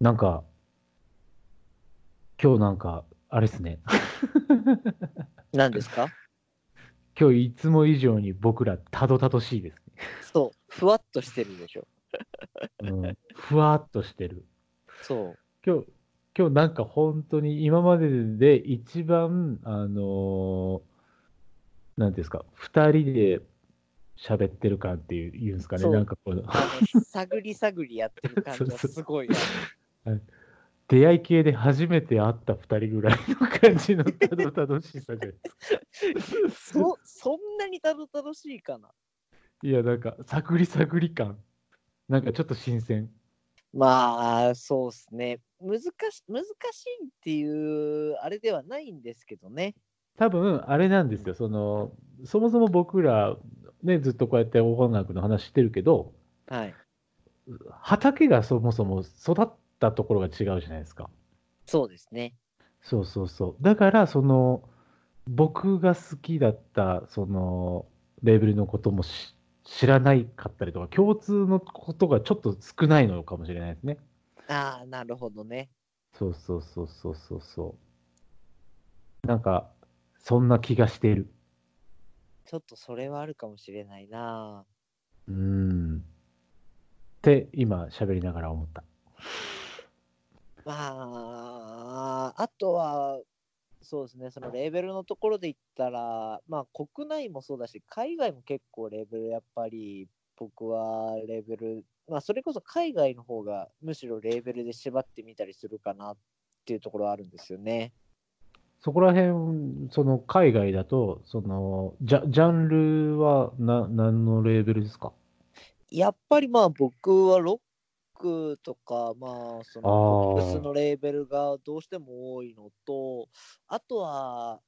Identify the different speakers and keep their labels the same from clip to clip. Speaker 1: なんか、今日なんか、あれっすね。
Speaker 2: 何ですか
Speaker 1: 今日いつも以上に僕らたどたどしいです
Speaker 2: そう。ふわっとしてるでしょ。
Speaker 1: ね。うん、ふわっとしてる。
Speaker 2: そう。
Speaker 1: 今日、今日なんか本当に今までで一番、あのーなんていうんですか、二人で喋ってる感っていう言うんですかね。
Speaker 2: そう
Speaker 1: なんかこの、
Speaker 2: あの探り探りやってる感じがすごいな。
Speaker 1: 出会い系で初めて会った二人ぐらいの感じのたどたどしさで。
Speaker 2: そそんなにたどたどしいかない
Speaker 1: や、なんか、探り探り感。なんかちょっと新鮮。
Speaker 2: まあそうですね難し難しいっていうあれではないんですけどね
Speaker 1: 多分、あれなんですよ。その、そもそも僕ら、ね、ずっとこうやって大本学の話してるけど、
Speaker 2: はい
Speaker 1: 畑がそもそも育ったところが違うじゃないですか。
Speaker 2: そうですね
Speaker 1: そうそうそう。だから、その、僕が好きだった、その、レーベルのこともし知らないかったりとか、共通のことがちょっと少ないのかもしれないですね。
Speaker 2: ああなるほどね
Speaker 1: そうそうそうそうそうそう。なんか、そんな気がしている。
Speaker 2: ちょっとそれはあるかもしれないな
Speaker 1: うーん。って、今、喋りながら思った。
Speaker 2: まああとはそうですねそのレーベルのところで言ったらまあ国内もそうだし海外も結構レーベルやっぱり僕はレーベルまあそれこそ海外の方がむしろレーベルで縛ってみたりするかなっていうところはあるんですよね。
Speaker 1: そこら辺、その、海外だと、その、ジャジャンルは、な、何のレーベルですか
Speaker 2: やっぱりまあ僕はロックとかまあそのポ
Speaker 1: あー
Speaker 2: ップスのレーベルがどうしても多いのとあとは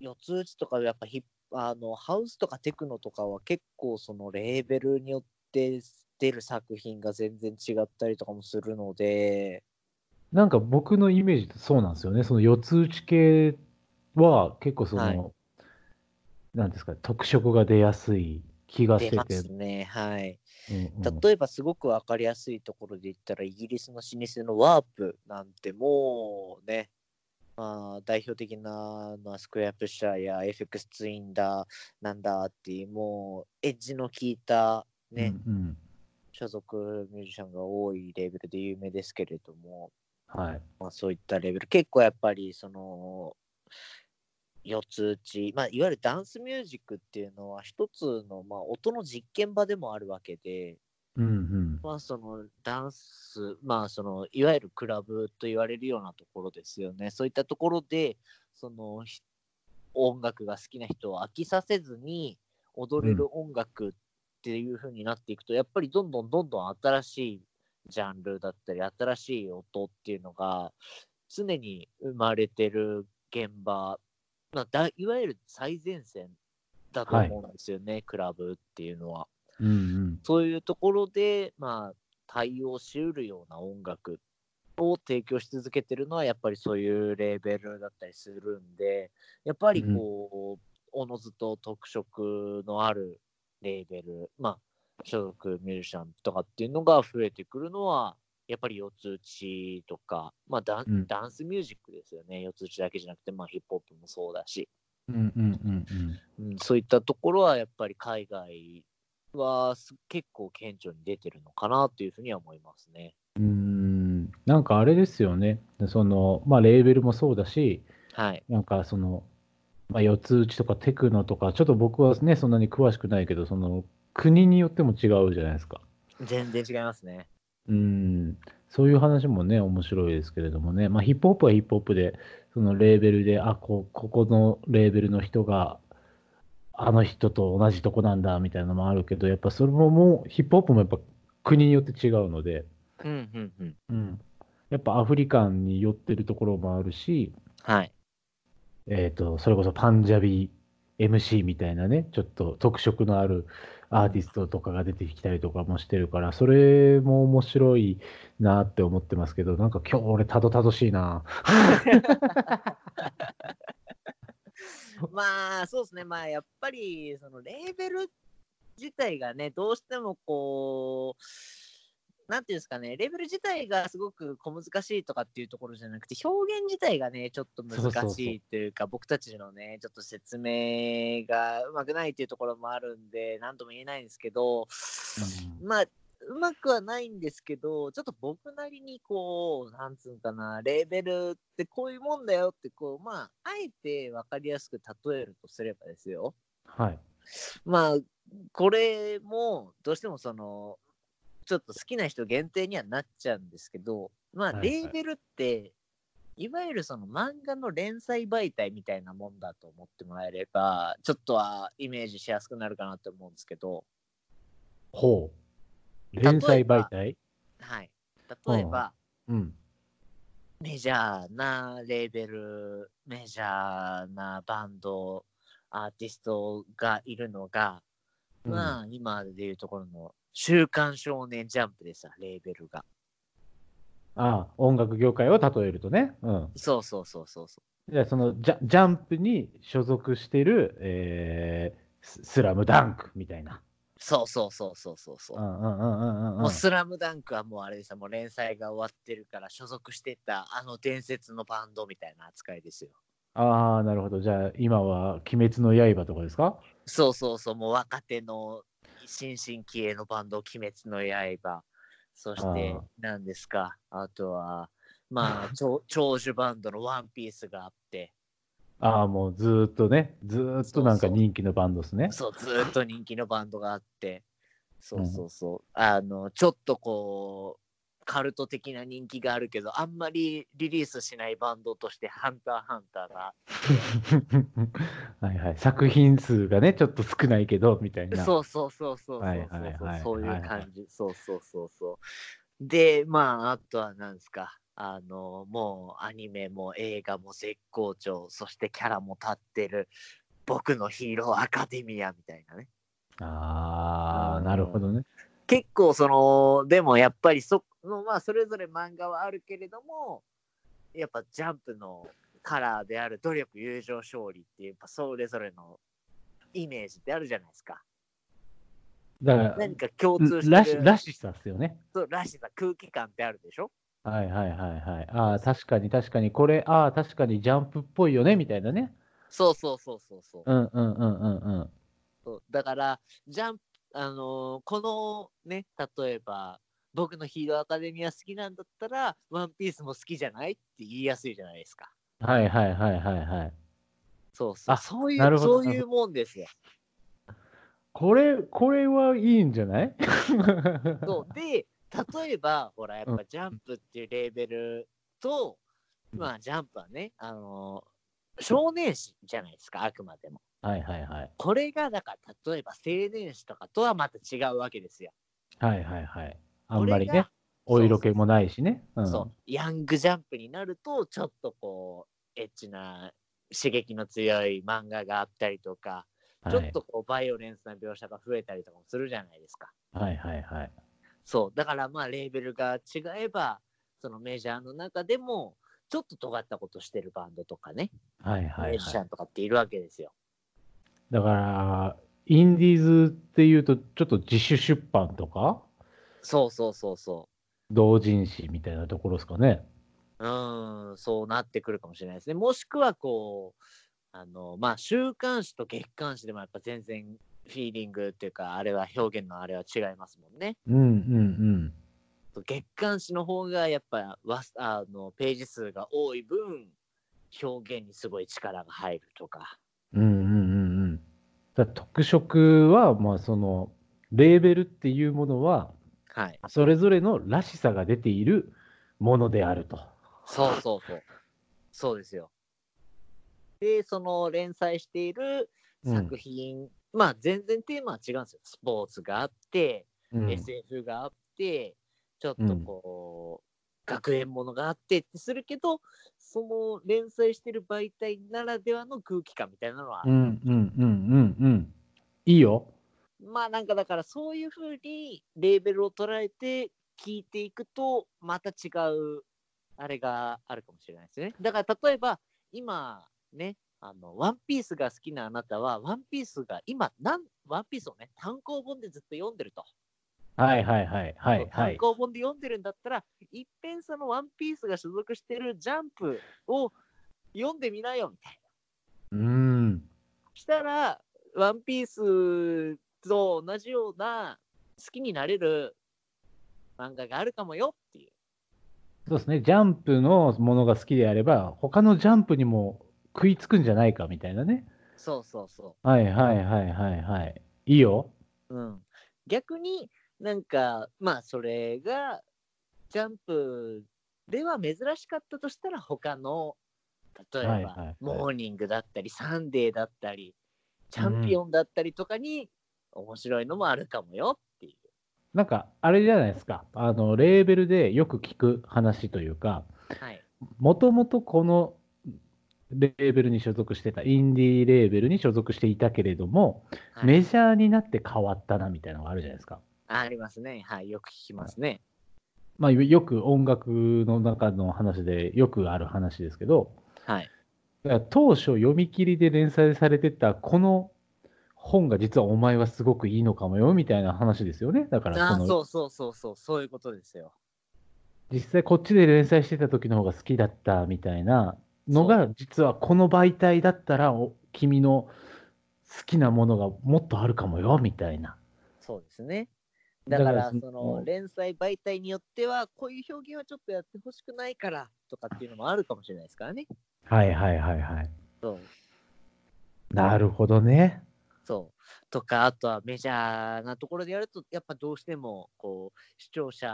Speaker 2: 四つ打ちとかやっぱヒップあのハウスとかテクノとかは結構そのレーベルによって出る作品が全然違ったりとかもするので
Speaker 1: なんか僕のイメージとそうなんですよね。その四つ打ち系は結構その、
Speaker 2: はい
Speaker 1: なんですか、特色が出やすい気がし
Speaker 2: 出
Speaker 1: て
Speaker 2: ま
Speaker 1: て。
Speaker 2: すねはい
Speaker 1: うんうん
Speaker 2: 例えばすごく分かりやすいところで言ったらイギリスの老舗のワープなんてもうね、まあ、代表的なのはスクエアプッシャーや FX ツインだなんだっていうもうエッジの効いたね、
Speaker 1: うんうん
Speaker 2: 所属ミュージシャンが多いレベルで有名ですけれども、
Speaker 1: はい。
Speaker 2: まあ、そういったレベル結構やっぱりその四つ打ち、まあ、いわゆるダンスミュージックっていうのは一つの、まあ、音の実験場でもあるわけで。
Speaker 1: うんうん。
Speaker 2: まあそのダンス、まあそのいわゆるクラブと言われるようなところですよね。そういったところで、そのひ音楽が好きな人を飽きさせずに踊れる音楽っていう風になっていくと、やっぱりどんどんどんどん新しいジャンルだったり、新しい音っていうのが常に生まれてる現場、まあ、だいわゆる最前線だと思うんですよね、クラブっていうのは。
Speaker 1: うんうん。
Speaker 2: そういうところで、まあ、対応しうるような音楽を提供し続けてるのは、やっぱりそういうレーベルだったりするんで、やっぱりこう、おのずと特色のあるレーベル、まあ、所属ミュージシャンとかっていうのが増えてくるのは、やっぱり四つ打ちとか、まあダン、
Speaker 1: うん
Speaker 2: ダンスミュージックですよね。四つ打ちだけじゃなくて、まあ、ヒップホップもそうだし。
Speaker 1: うんうんうんうん。
Speaker 2: うん、そういったところはやっぱり海外はす結構顕著に出てるのかなというふうには思いますね。
Speaker 1: うーんなんかあれですよね、そのまあ、レーベルもそうだし、
Speaker 2: はい。
Speaker 1: なんかその、まあ、四つ打ちとかテクノとか、ちょっと僕はね、そんなに詳しくないけど、その国によっても違うじゃないですか。
Speaker 2: 全然違いますね。
Speaker 1: うーん、そういう話もね、面白いですけれどもね、まあ、ヒップホップはヒップホップで、そのレーベルで、あこ、ここのレーベルの人が、あの人と同じとこなんだみたいなのもあるけど、やっぱそれももう、ヒップホップもやっぱ国によって違うので、
Speaker 2: うんうんうん。
Speaker 1: うん、やっぱアフリカンに寄ってるところもあるし、
Speaker 2: はい。
Speaker 1: えー、とそれこそパンジャビ MC みたいなねちょっと特色のあるアーティストとかが出てきたりとかもしてるからそれも面白いなって思ってますけどなんか今日俺たどたどしいな
Speaker 2: まあそうですね。まあやっぱりそのレーベル自体がね、どうしてもこう、なんていうんですかね、レベル自体がすごく小難しいとかっていうところじゃなくて、表現自体がね、ちょっと
Speaker 1: そうそう
Speaker 2: 難
Speaker 1: そ
Speaker 2: し
Speaker 1: う
Speaker 2: いというか、僕たちのね、ちょっと説明がうまくないっていうところもあるんで、なんとも言えないんですけど、まあ、うまくはないんですけど、ちょっと僕なりにこう、なんつうんかな、レーベルってこういうもんだよって、こう、まあ、あえて分かりやすく例えるとすればですよ。
Speaker 1: はい。
Speaker 2: まあ、これも、どうしてもその、ちょっと好きな人限定にはなっちゃうんですけど、ま
Speaker 1: は
Speaker 2: あ、
Speaker 1: いはい
Speaker 2: レーベルって、いわゆるその漫画の連載媒体みたいなもんだと思ってもらえれば、ちょっとはイメージしやすくなるかなと思うんですけど、
Speaker 1: ほう。
Speaker 2: 例えば
Speaker 1: 連載媒体
Speaker 2: はい。例えば、
Speaker 1: うん。
Speaker 2: メジャーなレーベル、メジャーなバンド、アーティストがいるのが、まあ、今でいうところの、週刊少年ジャンプでさ、レーベルが。
Speaker 1: ああ、音楽業界を例えるとね。うん。
Speaker 2: そうそうそうそうそ
Speaker 1: じゃあ、そのジャ、ジャンプに所属してる、えーススラムダンクみたいな。
Speaker 2: う。そうそうそうそうそうそうう。
Speaker 1: んうんうんうんうんう
Speaker 2: も
Speaker 1: ん
Speaker 2: う。スラムダンクはもうあれでさ、もう連載が終わってるから所属してたあの伝説のバンドみたいな扱いですよ。
Speaker 1: ああ、なるほど。じゃあ、今は、鬼滅の刃とかですか
Speaker 2: そうそうそう、もう若手の新進気鋭のバンド、鬼滅の刃。そし
Speaker 1: あ
Speaker 2: て
Speaker 1: ー、
Speaker 2: 何ですか、あとは、まあ、長長寿バンドのワンピースがあって、
Speaker 1: ああ、もうずーっとね、ずーっとなんか
Speaker 2: そうそう
Speaker 1: 人気のバンドですね。
Speaker 2: そう、ずーっと人気のバンドがあって、そうそうそう、あの、ちょっとこう、カルト的な人気があるけど、あんまりリリースしないバンドとして、ハンターハンターが、
Speaker 1: はいはい。作品数がね、ちょっと少ないけど、みたいな。
Speaker 2: そうそうそうそうそう
Speaker 1: は
Speaker 2: そ
Speaker 1: いうはい
Speaker 2: そう
Speaker 1: はい
Speaker 2: そうい
Speaker 1: はいうはい
Speaker 2: 感じそうそうそうそうでまああとは何ですかあのもうアニメも映画も絶好調そしてキャラも立ってる僕のヒーローアカデミアみたいなね
Speaker 1: ああ、
Speaker 2: うん
Speaker 1: なるほどね。
Speaker 2: 結構そのでもやっぱりそのまあそれぞれ漫画はあるけれどもやっぱジャンプのカラーである努力友情勝利っていうやっぱそれぞれのイメージってあるじゃないですか
Speaker 1: だから、
Speaker 2: 何か共通してる
Speaker 1: らしらしさですよね。
Speaker 2: そうらしさ空気感ってあるでしょ
Speaker 1: はいはいはいはい。ああ、確かに確かに、これ、ああ、確かにジャンプっぽいよね、みたいなね。
Speaker 2: そうそうそうそうそう,、
Speaker 1: うんうんうんうんうん。
Speaker 2: そうだからジャンプあのーこのね例えば僕のヒーローアカデミア好きなんだったらワンピースも好きじゃないって言いやすいじゃないですか
Speaker 1: はいはいはいはいはい。
Speaker 2: そうそう
Speaker 1: あ
Speaker 2: そう
Speaker 1: ないる
Speaker 2: う
Speaker 1: ほど
Speaker 2: そういうもんですよ
Speaker 1: これ、これはいいんじゃない
Speaker 2: そうで例えばほらやっ
Speaker 1: う
Speaker 2: ぱジャンプっていうレーベルと、まあジャンプはねあのー少年誌じゃないですかあくまでも
Speaker 1: はいはいはい。
Speaker 2: これがだから例えば青年誌とかとはまた違うわけですよ
Speaker 1: はいはいはい。あんまり
Speaker 2: これ
Speaker 1: ね
Speaker 2: が、
Speaker 1: お色気もないしね。うん
Speaker 2: そう、ヤングジャンプになると、ちょっとこう、エッチな刺激の強い漫画があったりとか、
Speaker 1: はい
Speaker 2: ちょっとこう、バイオレンスな描写が増えたりとかもするじゃないですか。
Speaker 1: はいはいはい。
Speaker 2: そう、だからまあ、レーベルが違えば、そのメジャーの中でも、ちょっと尖ったことしてるバンドとかね、
Speaker 1: はいは
Speaker 2: ミュ
Speaker 1: い
Speaker 2: ージ
Speaker 1: は
Speaker 2: シャ
Speaker 1: い。
Speaker 2: ンとかっているわけですよ。
Speaker 1: だから、インディーズっていうと、ちょっと自主出版とか、
Speaker 2: そうそうそうそ
Speaker 1: 同人誌みたいなところですかね。
Speaker 2: う。うーん、そうなってくるかもしれないですね。もしくはこう、あの、まあ、週刊誌と月刊誌でもやっぱ全然、フィーリングっていうか、あれは表現のあれは違いますもんね。
Speaker 1: うんうん
Speaker 2: 月刊誌の方がやっぱわすあのページ数が多い分表現にすごい力が入るとか
Speaker 1: うん。うんうんうんうん。だから特色は、まあその、レーベルっていうものは、
Speaker 2: はい
Speaker 1: それぞれのらしさが出ているものであると。
Speaker 2: そうそうそうそうですよでその連載している作品、まあ全然テーマは違うんですよスポーツがあって、
Speaker 1: うん、
Speaker 2: SF があってちょっとこう、学園ものがあってってするけどその連載してる媒体ならではの空気感みたいなのは
Speaker 1: うんうんうんうんうん。いいよ。
Speaker 2: まあなんかだからそういうふうにレーベルを捉えて聞いていくとまた違うあれがあるかもしれないですね。だから例えば今ね、あの、ワンピースが好きなあなたは、ワンピースが今、なんワンピースをね、単行本でずっと読んでると。
Speaker 1: はいはいはいはいは
Speaker 2: 単
Speaker 1: い。
Speaker 2: 行本で読んでるんだったら、いっぺんそのワンピースが所属してるジャンプを読んでみなよみたいな。
Speaker 1: うん。
Speaker 2: したら、ワンピースと同じような好きになれる漫画があるかもよっていう。
Speaker 1: そうですね。ジャンプのものが好きであれば、他のジャンプにも食いつくんじゃないかみたいなね。
Speaker 2: そうそうそ
Speaker 1: はいはいはいはいはい。いいよ。
Speaker 2: う。うん。逆になんか、まあそれがジャンプでは珍しかったとしたら、他の、例えば、
Speaker 1: はいはいはい
Speaker 2: モーニングだったり、サンデーだったり、チャンピオンだったりとかに面白いのもあるかもよっていう。
Speaker 1: なんか、あれじゃないですか。あの、レーベルでよく聞く話というか、
Speaker 2: はい。
Speaker 1: もともとこのレーベルに所属してた、インディーレーベルに所属していたけれども、
Speaker 2: はい
Speaker 1: メジャーになって変わったなみたいなのがあるじゃないですか。
Speaker 2: ありますね。はい。よく聞きますね。
Speaker 1: まあ、よく音楽の中の話でよくある話ですけど、
Speaker 2: はい。
Speaker 1: だから当初読み切りで連載されてたこの本が実はお前はすごくいいのかもよみたいな話ですよね。だから
Speaker 2: あ
Speaker 1: こ
Speaker 2: ー
Speaker 1: の
Speaker 2: そうそうそうそう、そういうことですよ。
Speaker 1: 実際こっちで連載してた時の方が好きだったみたいなのが実はこの媒体だったらお君の好きなものがもっとあるかもよみたいな。
Speaker 2: そうですね。だか
Speaker 1: だか
Speaker 2: ら、そ
Speaker 1: らそ
Speaker 2: の
Speaker 1: の
Speaker 2: 連載媒体によっては、こういう表現はちょっとやってほしくないからとかっていうのもあるかもしれないですからね。
Speaker 1: はいはいはいはい。
Speaker 2: そう。
Speaker 1: なるほどね。
Speaker 2: そう。とか、あとはメジャーなところでやると、やっぱどうしても、こう、視聴者、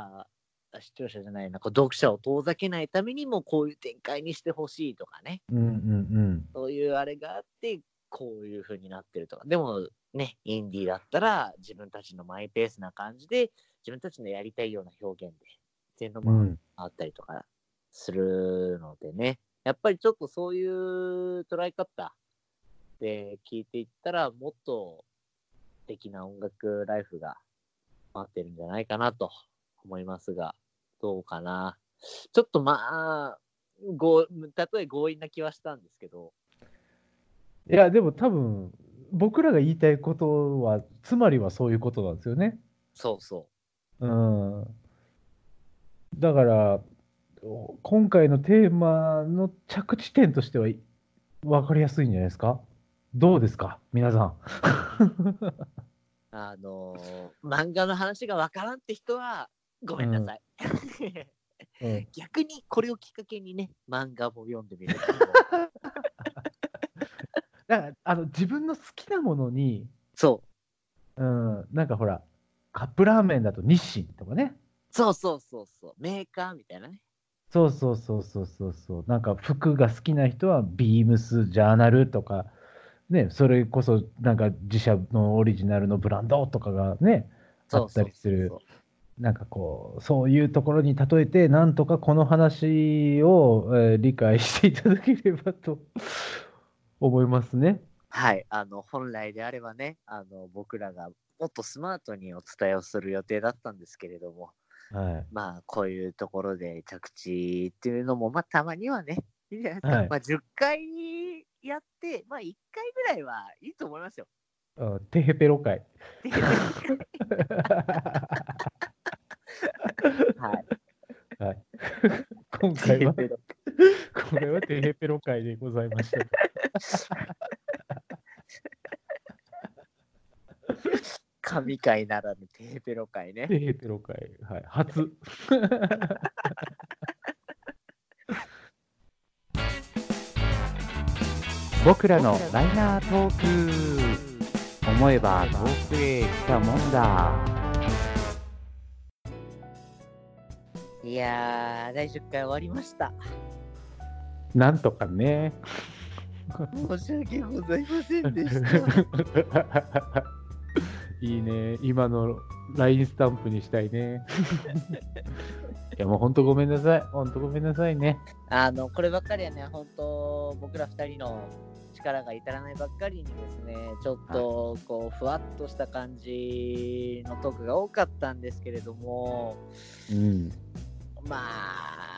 Speaker 2: あ視聴者じゃないな、こう読者を遠ざけないためにも、こういう展開にしてほしいとかね。
Speaker 1: うんうん
Speaker 2: そういうあれがあって、こういう風になってるとか。でもね、インディーだったら自分たちのマイペースな感じで、自分たちのやりたいような表現で、っていうの
Speaker 1: うん。う
Speaker 2: も
Speaker 1: ん、
Speaker 2: あったりとかするのでね。やっぱりちょっとそういう捉え方で聞いていったら、もっと素敵な音楽ライフが待ってるんじゃないかなと思いますが、どうかな。ちょっとまあ、ご例え強引な気はしたんですけど、
Speaker 1: いやでも多分僕らが言いたいことはつまりはそういうことなんですよね。
Speaker 2: そうそ
Speaker 1: うんだから今回のテーマの着地点としては分かりやすいんじゃないですかどうですか皆さん。
Speaker 2: う。あのー漫画の話がわからんって人は、ごめんなさい。 逆にこれをきっかけにね、漫画も読んでみる と。
Speaker 1: だからあの自分の好きなものに、
Speaker 2: そ
Speaker 1: う
Speaker 2: う。
Speaker 1: ん、なんかほらカップラーメンだと日清とかね
Speaker 2: そうそうそうそう。メーカーみたいなね。
Speaker 1: そうそうそうそうそうそうなんか服が好きな人はビームスジャーナルとかねそれこそなんか自社のオリジナルのブランドとかがねあ
Speaker 2: そう
Speaker 1: った
Speaker 2: そう
Speaker 1: りす
Speaker 2: そう
Speaker 1: る
Speaker 2: そう。
Speaker 1: なんかこう、そういうところに例えて、なんとかこの話を、えー理解していただければと 思いますね。
Speaker 2: はい。あの、本来であればね、あの、僕らがもっとスマートにお伝えをする予定だったんですけれども、
Speaker 1: は
Speaker 2: まあ、こういうところで着地っていうのも、まあ、たまにはね、いいんじゃないですか。
Speaker 1: はい
Speaker 2: まあ、10回やって、まあ、1回ぐらいはいいと 思いますよ。
Speaker 1: い。うんテヘペロ会。
Speaker 2: っていうねはい。
Speaker 1: はい、今回は、今回はテヘペロ会でございました。
Speaker 2: 神回ならぬテーペロ回ね。
Speaker 1: テヘペロ会。はい。 初。僕ら
Speaker 2: の
Speaker 1: ライナートーク。思えば遠くへ来たもんだ。
Speaker 2: いやー、第10回終わりました。
Speaker 1: なんとかね。
Speaker 2: 申し訳ございませんでした。
Speaker 1: いいね。今の LINE スタンプにしたい ね。いやもうほんとごめんなさい。ほんとごめんなさいね。
Speaker 2: あのこればっかりはね、本当、僕ら2人の力が至らないばっかりにですね、ちょっとこうふわっとした感じのトークが多かったんですけれども、
Speaker 1: うん。
Speaker 2: ま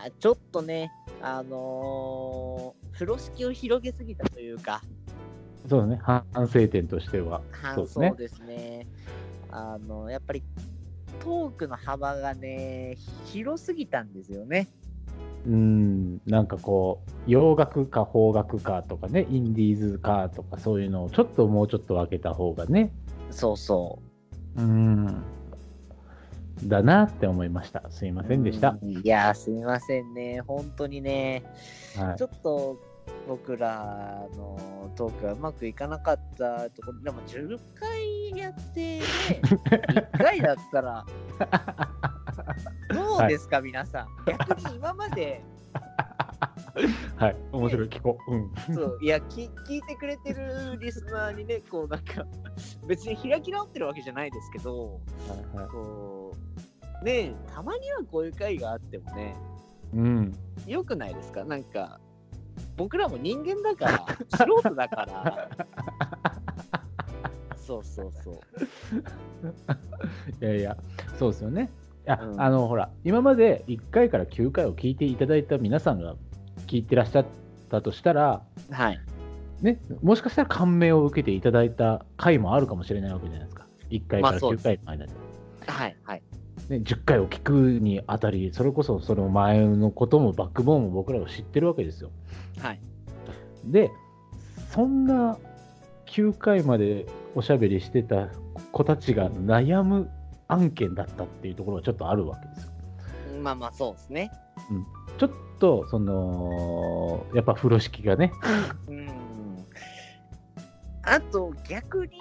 Speaker 2: あ、ちょっとね、あのー風呂敷を広げすぎたというか、
Speaker 1: そうね。反省点としては。そうで
Speaker 2: 感
Speaker 1: すね
Speaker 2: 想ですね。あのやっぱりトークの幅がね、広すぎたんですよね。
Speaker 1: うん、なんかこう、洋楽か邦楽かとかね、インディーズかとかそういうのをちょっともうちょっと分けた方がね、
Speaker 2: そうそう。
Speaker 1: うん、だなって思いました。すいませんでした。
Speaker 2: うん。いやー、すみませんね。本当にね、
Speaker 1: はい
Speaker 2: ちょっと僕らのトークがうまくいかなかったところ、でも10回やって、 ね、1回だったら、どうですか、皆さん。逆に今まで、
Speaker 1: はい、面白い、聞こう。うん。
Speaker 2: そういや聞、聞いてくれてるリスナーにね、こうなんか、 別に開き直ってるわけじゃないですけど、
Speaker 1: はいはい
Speaker 2: こう、ねえたまにはこういう回があってもね、
Speaker 1: うん、
Speaker 2: 良くないですかなんか僕らも人間だから 素人だからそうそうそう
Speaker 1: いやいや、そうですよね。いや、
Speaker 2: うん
Speaker 1: あの、ほら、今まで1回から9回を聞いていただいた皆さんが聞いてらっしゃったとしたら、
Speaker 2: はい
Speaker 1: ね、もしかしたら感銘を受けていただいた回もあるかもしれないわけじゃないですか。1回か
Speaker 2: ま
Speaker 1: ら
Speaker 2: あそう
Speaker 1: 9
Speaker 2: です
Speaker 1: 回の間で。
Speaker 2: はいはい
Speaker 1: ね、10回を聞くにあたり、それこそその前のこともバックボーンも僕らは知ってるわけですよ。
Speaker 2: はい
Speaker 1: で、そんな9回までおしゃべりしてた子たちが悩む案件だったっていうところがちょっとあるわけですよ。
Speaker 2: まあまあそうですね
Speaker 1: ちょっと、その、やっぱ風呂敷がね、
Speaker 2: うんあと逆に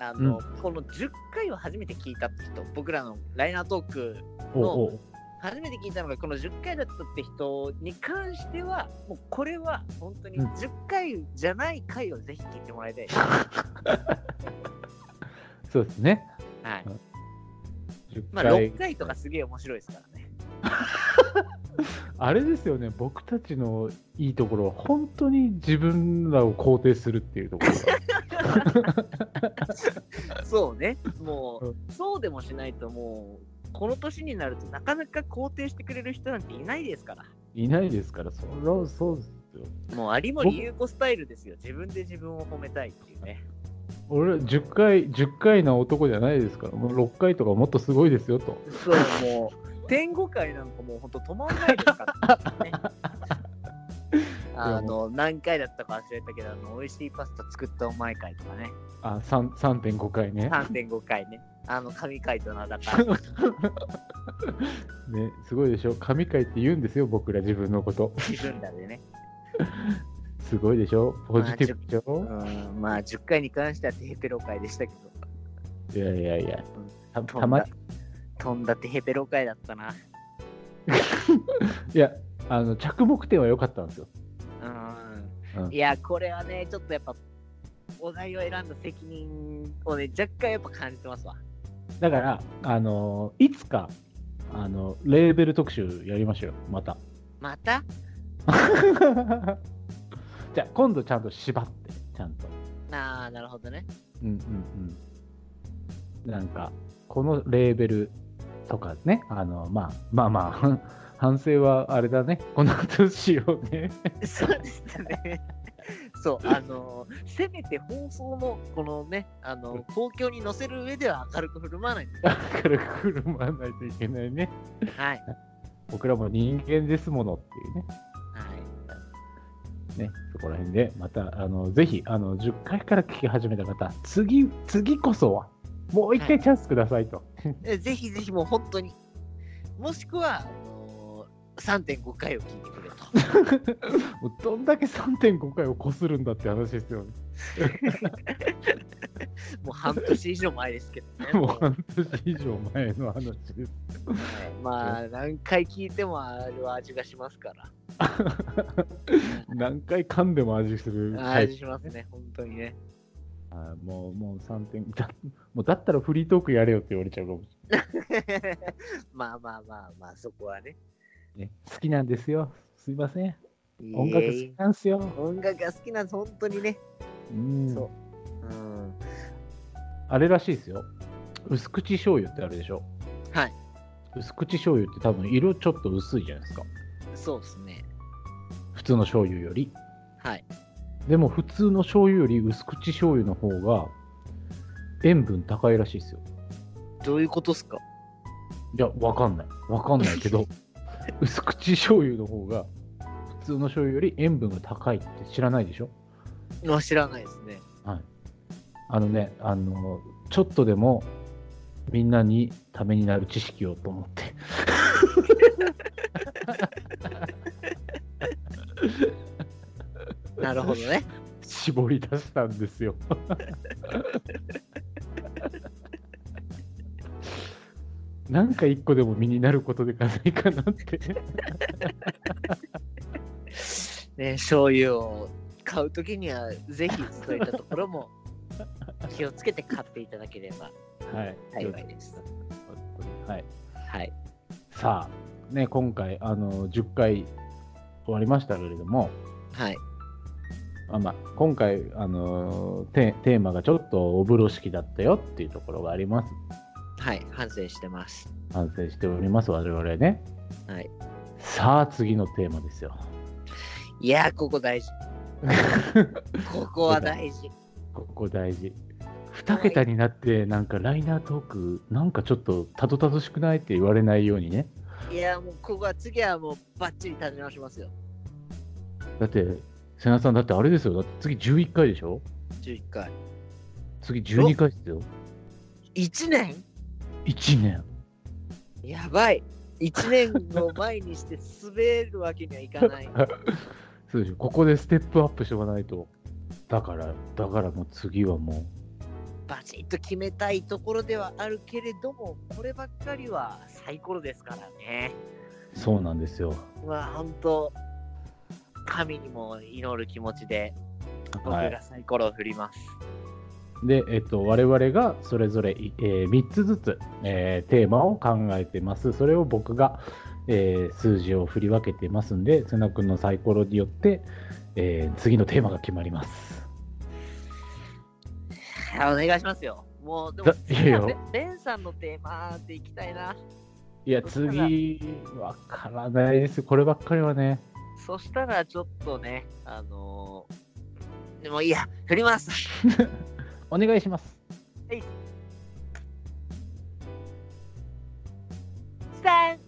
Speaker 2: あの、この10回を初めて聞いたって人僕らのライナートーク
Speaker 1: おう
Speaker 2: 初めて聞いたのがこの10回だったって人に関してはもうこれは本当に
Speaker 1: うん
Speaker 2: 10回じゃない回をぜひ聞いてもらいたい、
Speaker 1: おうそうですね。
Speaker 2: はい
Speaker 1: 10
Speaker 2: まあ、
Speaker 1: 回
Speaker 2: 6回とかすげえ面白いですから ね。
Speaker 1: あれですよね、僕たちのいいところは、本当に自分らを肯定するっていうところが。
Speaker 2: そうね。も
Speaker 1: う
Speaker 2: う、そうでもしないともう、この年になるとなかなか肯定してくれる人なんていないですから。
Speaker 1: いないですから、そらそうですよ。
Speaker 2: もう有森優子スタイルですよ。自分で自分を褒めたいっていうね。
Speaker 1: 俺ら10回、10回な男じゃないですから、もう6回とかもっとすごいですよと。
Speaker 2: そう、もう、天5回なんかもうほんと止まん ないですから、ね。あの、何回だったか忘れたけど、あの、美味しいパスタ作ったお前会とかね。
Speaker 1: あ、3 3.5回ね
Speaker 2: 3.5回ね。あの、神回と名高い。
Speaker 1: ね。すごいでしょ。神回って言うんですよ、僕ら自分のこと。
Speaker 2: 自分らでね。
Speaker 1: すごいでしょ。ポジティブでし
Speaker 2: う
Speaker 1: ょ。
Speaker 2: ん、まあ、10回に関してはテヘペロ会でしたけど。
Speaker 1: いやいやいや。た
Speaker 2: 飛んだ
Speaker 1: たま、い
Speaker 2: 飛んだってヘペロ会だったな。
Speaker 1: や、あの着目点は良かったんですよ。
Speaker 2: うん。
Speaker 1: うん
Speaker 2: いや、これはね、ちょっとやっぱ、お題を選んだ責任をね、若干やっぱ感じてますわ。
Speaker 1: だから、あのいつか、あのレーベル特集やりましょうよ、ま た。
Speaker 2: また
Speaker 1: じゃあ、今度ちゃんと縛って、ちゃんと。
Speaker 2: ああ、なるほどね。
Speaker 1: うんうんうん。なんか、このレーベルとかね、あの、まあ、まあまあ ふん、反省はあれだね、この後しようね。
Speaker 2: そうでしたね。そう、あのーせめて放送のこのね、あのー公共に載せる上では明るく振る舞わないと。
Speaker 1: 軽く振る舞わないといけないね。
Speaker 2: はい。
Speaker 1: 僕らも人間ですものっていうね。
Speaker 2: はい。
Speaker 1: ね、そこら辺で、また、あの、ぜひ、あの、10回から聞き始めた方、次、次こそは、もう一回チャンスくださいと。
Speaker 2: えぜひぜひもう本当に、もしくは、あのー3.5回を聞いて くれと。
Speaker 1: もうどんだけ3.5回をこするんだって話ですよね。
Speaker 2: もう半年以上前ですけどね。
Speaker 1: もう半年以上前の話です。
Speaker 2: まあ、何回聞いてもある味がしますから。
Speaker 1: 何回噛んでも味する。
Speaker 2: 味しますね、本当にね。
Speaker 1: あーもう、もう3点。だもうだったらフリートークやれよって言われちゃうかもし
Speaker 2: まあまあまあまあ、そこはね。
Speaker 1: れない、ね。好きなんですよ。すいません。音楽好きなんですよ。
Speaker 2: 音楽が好きなんです、本当にね。
Speaker 1: うん
Speaker 2: そううん。
Speaker 1: あれらしいですよ。薄口醤油ってあるでしょ。
Speaker 2: はい。
Speaker 1: 薄口醤油って多分色ちょっと薄いじゃないですか。
Speaker 2: そうですね。
Speaker 1: 普通の醤油より。
Speaker 2: はい。
Speaker 1: でも普通の醤油より薄口醤油の方が塩分高いらしいですよ。
Speaker 2: どういうことっすか
Speaker 1: いや、わかんない。わかんないけ ど、薄口醤油の方が、普通の醤油より塩分が高いって知らないでしょ
Speaker 2: のは知らないですね。
Speaker 1: あのね、あの、ちょっとでも、みんなにためになる知識をと思 って。
Speaker 2: なるほどね。
Speaker 1: 絞り出したんです よ。なんか一個でも身になることでかないかなって。
Speaker 2: ね醤油を買うときには、ぜひそういったところも 気をつけて買っていただければ
Speaker 1: はい。
Speaker 2: 幸いです。
Speaker 1: はい。
Speaker 2: はい。
Speaker 1: さあ、ね、今回、あの、10回終わりましたけれども、
Speaker 2: はい。
Speaker 1: あまあ、今回、あのテ、テーマがちょっとお風呂敷だったよっていうところがあります。
Speaker 2: はい。反省してます。
Speaker 1: 反省しております、我々ね。
Speaker 2: はい。
Speaker 1: さあ、次のテーマですよ。
Speaker 2: いやー、ここ大事。ここは大事。
Speaker 1: ここ大事。2桁になって、なんかライナートーク、なんかちょっとたどたどしくないって言われないようにね。
Speaker 2: いやー、もうここは次はもうバッチリ立て直しますよ。
Speaker 1: だって、瀬名さん、だってあれですよ。だって次11回でしょ
Speaker 2: 11回。
Speaker 1: 次12回ですよ。
Speaker 2: 1年
Speaker 1: 1年。
Speaker 2: やばい。1年を前にして滑るわけにはいかない。
Speaker 1: そうでしょ。ここでステップアップしておかないと。だから、だからもう次はも
Speaker 2: バチッと決めたいところではあるけれども、こればっかりはサイコロですからね。
Speaker 1: う、そうなんですよ。
Speaker 2: まあ、本当神にも祈る気持ちで、僕
Speaker 1: はい
Speaker 2: が。サイコロを振ります。
Speaker 1: で、えっと、我々がそれぞれ、いえ3つずつ、えーテーマを考えてます。それを僕が、えー数字を振り分けてますんで、瀬名君のサイコロによって、えー次のテーマが決まります。
Speaker 2: はいお願いしますよ。もう、でも
Speaker 1: だ、いやいや
Speaker 2: レレンさんのテーマでいきたいな。
Speaker 1: いや、次、わからないです。こればっかりはね。
Speaker 2: そしたら、ちょっとね、あのーでもいいや、振ります。
Speaker 1: お願いします。
Speaker 2: スタン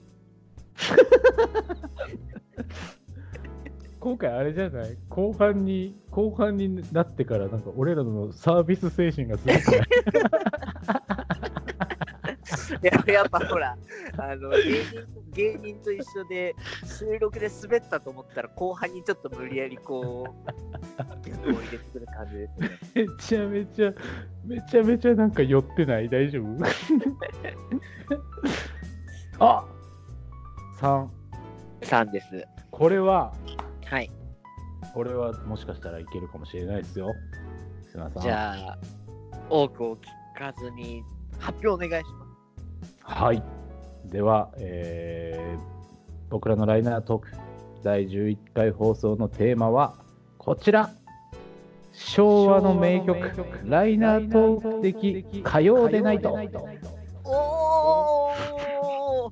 Speaker 1: 今回あれじゃない後半に、後半になってから、なんか俺らのサービス精神がすごくない
Speaker 2: いや やっぱほらあの芸人芸人と一緒で収録で滑ったと思ったら後半にちょっと無理やりこうギャグを入れてくる感じですね
Speaker 1: めちゃめちゃ、めちゃめちゃなんか寄ってない大丈 夫あ !3。
Speaker 2: 3です
Speaker 1: これは、
Speaker 2: はい
Speaker 1: これはもしかしたらいけるかもしれないですよ。すなさん。
Speaker 2: じゃあ多くを聞かずに発表お願いしま
Speaker 1: はい。では、えー僕らのライナートーク第11回放送のテーマはこちら昭和の名曲ライナートーク的歌謡でないと
Speaker 2: すおお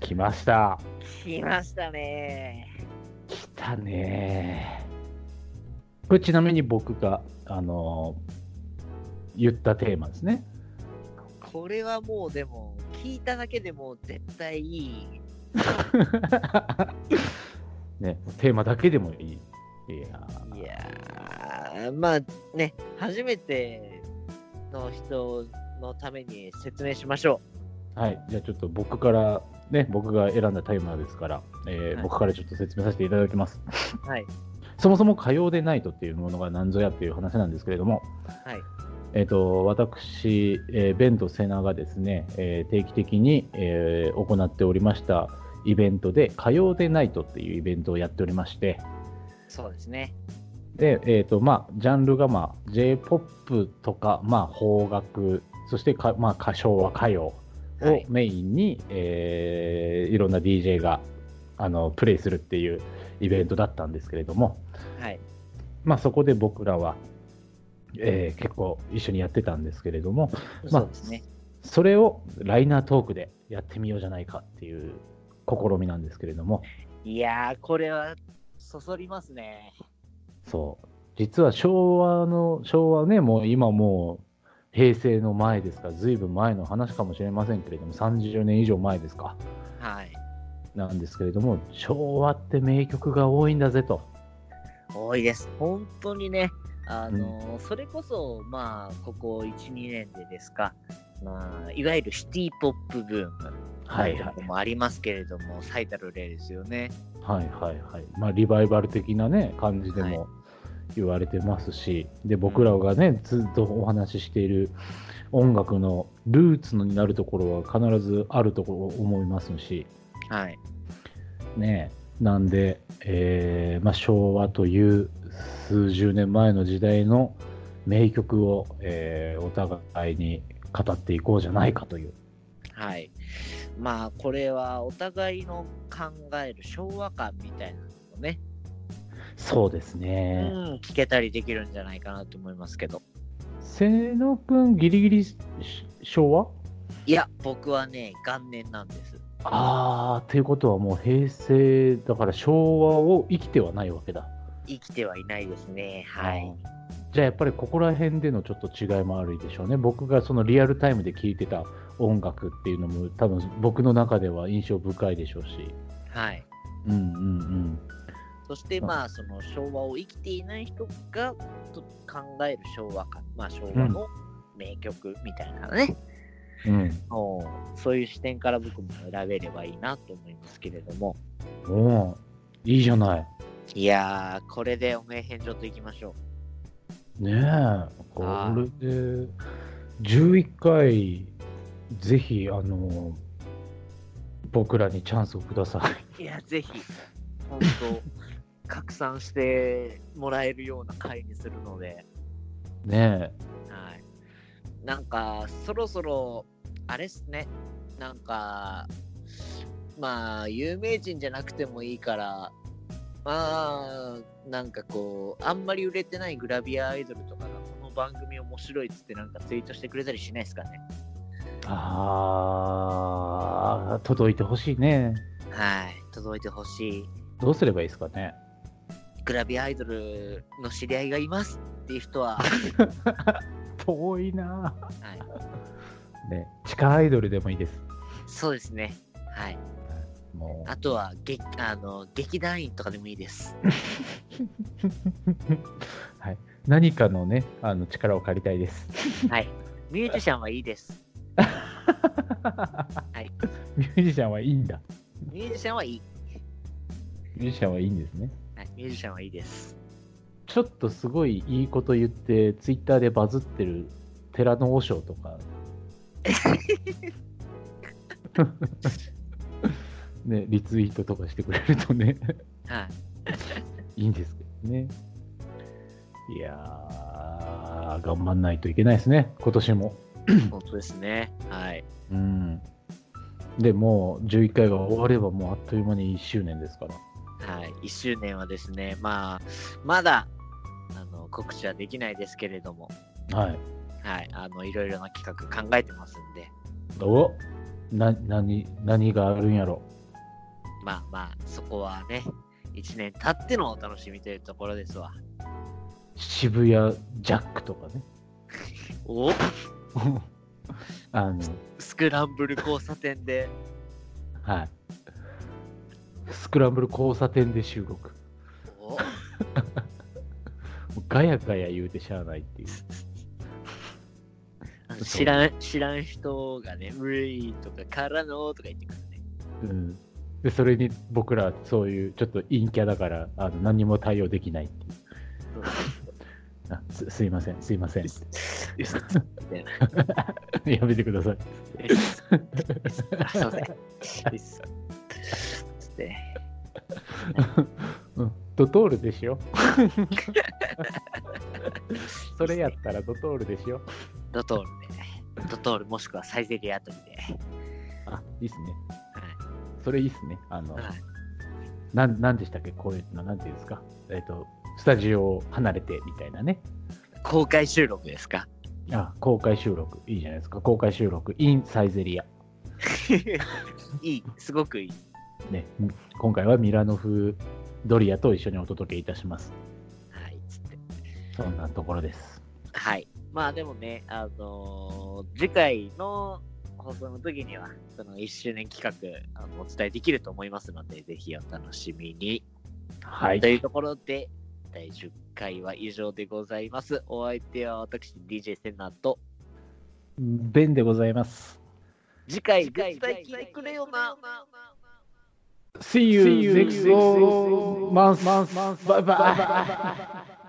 Speaker 1: 来ました
Speaker 2: 来ましたね
Speaker 1: 来たねーこれちなみに僕があのー言ったテーマですね
Speaker 2: これはもうでも聞いただけでもう絶対いい
Speaker 1: ねテーマだけでもいいいやー
Speaker 2: いやーまあね初めての人のために説明しましょ
Speaker 1: はい、じゃあちょっと僕から、ね、僕が選んだタイマーですから、えー
Speaker 2: はい
Speaker 1: 僕からちょっと説明させていただきます。
Speaker 2: う。はい。
Speaker 1: そもそも火曜でないとっていうものが何ぞやっていう話なんですけれども、
Speaker 2: はい。
Speaker 1: えー、と私、えーベンとセナがですね、えー定期的に、えー行っておりましたイベントで、火曜でないとっていうイベントをやっておりまして、
Speaker 2: そうですね。
Speaker 1: で、えーとまあ、ジャンルが、まあ、J−POP とか、まあ、邦楽そしてか、まあ、歌唱は歌謡
Speaker 2: は
Speaker 1: を
Speaker 2: い。
Speaker 1: メインに、いえーいろんな DJ があのプレイするっていうイベントだったんですけれども、
Speaker 2: はい。
Speaker 1: まあ、そこで僕らは、えー結構一緒にやってたんですけれどもまあ
Speaker 2: そうですね。
Speaker 1: それをライナートークでやってみようじゃないかっていう試みなんですけれども
Speaker 2: いやー、これはそそりますね。
Speaker 1: そう実は昭和の昭和ねもう今もう平成の前ですか、ずいぶん前の話かもしれませんけれども、30年以上前ですか、
Speaker 2: はい。
Speaker 1: なんですけれども、昭和って名曲が多いんだぜと。
Speaker 2: 多いです。本当にね、あの、それこそ、まあ、ここ1、2年でですか、まあ、いわゆるシティポップブーム。
Speaker 1: はいはい
Speaker 2: もありますけれども、最たる例ですよね。
Speaker 1: はいはいはい。まあ、リバイバル的なね、感じでも言われてますし、で、僕らがね、ずっとお話ししている音楽のルーツになるところは必ずあるところ思いますし、
Speaker 2: はい。
Speaker 1: ねえなんで、えーまあ、昭和という数十年前の時代の名曲を、えーお互いに語っていこうじゃないかという。
Speaker 2: はい。まあ、これはお互いの考える昭和感みたいなのをね、
Speaker 1: そうです
Speaker 2: う
Speaker 1: ね。
Speaker 2: ん、聞けたりできるんじゃないかなと思いますけど。
Speaker 1: 瀬野くん、ギリギリし昭和
Speaker 2: いや、僕はね、元年なんです。
Speaker 1: あー、ということはもう平成、だから昭和を生きてはないわけだ。
Speaker 2: 生きてはいないですね。はい。
Speaker 1: あー。じゃあやっぱりここら辺でのちょっと違いもあるでしょうね。僕がそのリアルタイムで聴いてた音楽っていうのも多分僕の中では印象深いでしょうし。
Speaker 2: はい。
Speaker 1: うんうん
Speaker 2: そして、まあ、その昭和を生きていない人がと考える昭和感、まあ、昭和の名曲みたいなね、
Speaker 1: うん。うん。
Speaker 2: おーそういう視点から僕も選べればいいなと思いますけれども、
Speaker 1: おーいいじゃない。
Speaker 2: いやー、これでお名返上といきましょ
Speaker 1: ねえ。これで11回ぜひあの僕らにチャンスをください。
Speaker 2: う。いや、ぜひ、本当、拡散してもらえるような回にするので、
Speaker 1: ね
Speaker 2: はい。なんか、そろそろ、あれっすね。なんか、まあ、有名人じゃなくてもいいから、まあ、なんかこう、あんまり売れてないグラビアアイドルとかが、この番組面白いっつってなんかツイートしてくれたりしないですかね。
Speaker 1: え。ああ届いてほしいね。
Speaker 2: はい。届いてほしい。
Speaker 1: どうすればいいですかね。
Speaker 2: グラビアアイドルの知り合いがいますっていう人は、は
Speaker 1: 遠いな。
Speaker 2: い。
Speaker 1: ね、地下アイドルでもいいです。
Speaker 2: そうですね。はい。
Speaker 1: も
Speaker 2: あとは、劇、あの、劇団員とかでもいいです。
Speaker 1: う。はい。何かのね、あの力を借りたいです。
Speaker 2: はい。ミュージシャンはいいです。い
Speaker 1: ミュージシャンはいいんだ。
Speaker 2: ミュージシャンはいい。
Speaker 1: ミュージシャンはいいんですね。
Speaker 2: はい、ミュージシャンはいいです。
Speaker 1: ちょっとすごいいいこと言って、ツイッターでバズってる寺の和尚と か。ね、リツイートとかしてくれるとね、
Speaker 2: はい。
Speaker 1: いいんですけどね。いやー、頑張んないといけないですね、今年も。
Speaker 2: 本当ですね。はい。
Speaker 1: うん。でもう11回が終わればもうあっという間に1周年ですから。
Speaker 2: はい。1周年はですね、まあ、まだ、あの、告知はできないですけれども、
Speaker 1: はい。
Speaker 2: はい。あの、いろいろな企画考えてますんで、
Speaker 1: おな、何、何があるんやろ。
Speaker 2: まあまあ、そこはね、1年経ってのお楽しみというところですわ。
Speaker 1: 渋谷ジャックとか ね。
Speaker 2: お
Speaker 1: あの、
Speaker 2: スクランブル交差点で、
Speaker 1: はい。スクランブル交差点で収録。
Speaker 2: お
Speaker 1: ガヤガヤ言うてしゃあないっていう。
Speaker 2: あの知らん、知らん人がね、ういとか、からのとか言ってくるね。
Speaker 1: うん。で、それに僕らそういうちょっと陰キャだから、あの何も対応できないっていう。
Speaker 2: そう
Speaker 1: あすすいません、すいま せん。
Speaker 2: 嘘
Speaker 1: やめてください。
Speaker 2: あすいません。です。で、
Speaker 1: うんドトールでしょ それやったらドトールでしょ
Speaker 2: ドトールで、ドトールもしくはサイゼリアあたりで、
Speaker 1: あいいっすねそれいいっすねあの、
Speaker 2: はい
Speaker 1: なんなんでしたっけこういうのなんていうんですかえっ、とスタジオを離れてみたいなね
Speaker 2: 公開収録ですか
Speaker 1: あ公開収録いいじゃないですか公開収録 in サイゼリア
Speaker 2: いい、すごくいい。
Speaker 1: ね今回はミラノ風ドリアと一緒にお届けいたします
Speaker 2: はい、つって。
Speaker 1: そんなところです
Speaker 2: はい。まあでもね、あのー次回の放送の時には、その1周年企画あの、お伝えできると思いますので、ぜひお楽しみに。
Speaker 1: は
Speaker 2: と
Speaker 1: い。
Speaker 2: いうところで、第10回は以上でございます。お相手は私、DJ セナと、
Speaker 1: ベンでございます。
Speaker 2: 次回、絶対聞いてくれよな。
Speaker 1: See you next month. Bye bye.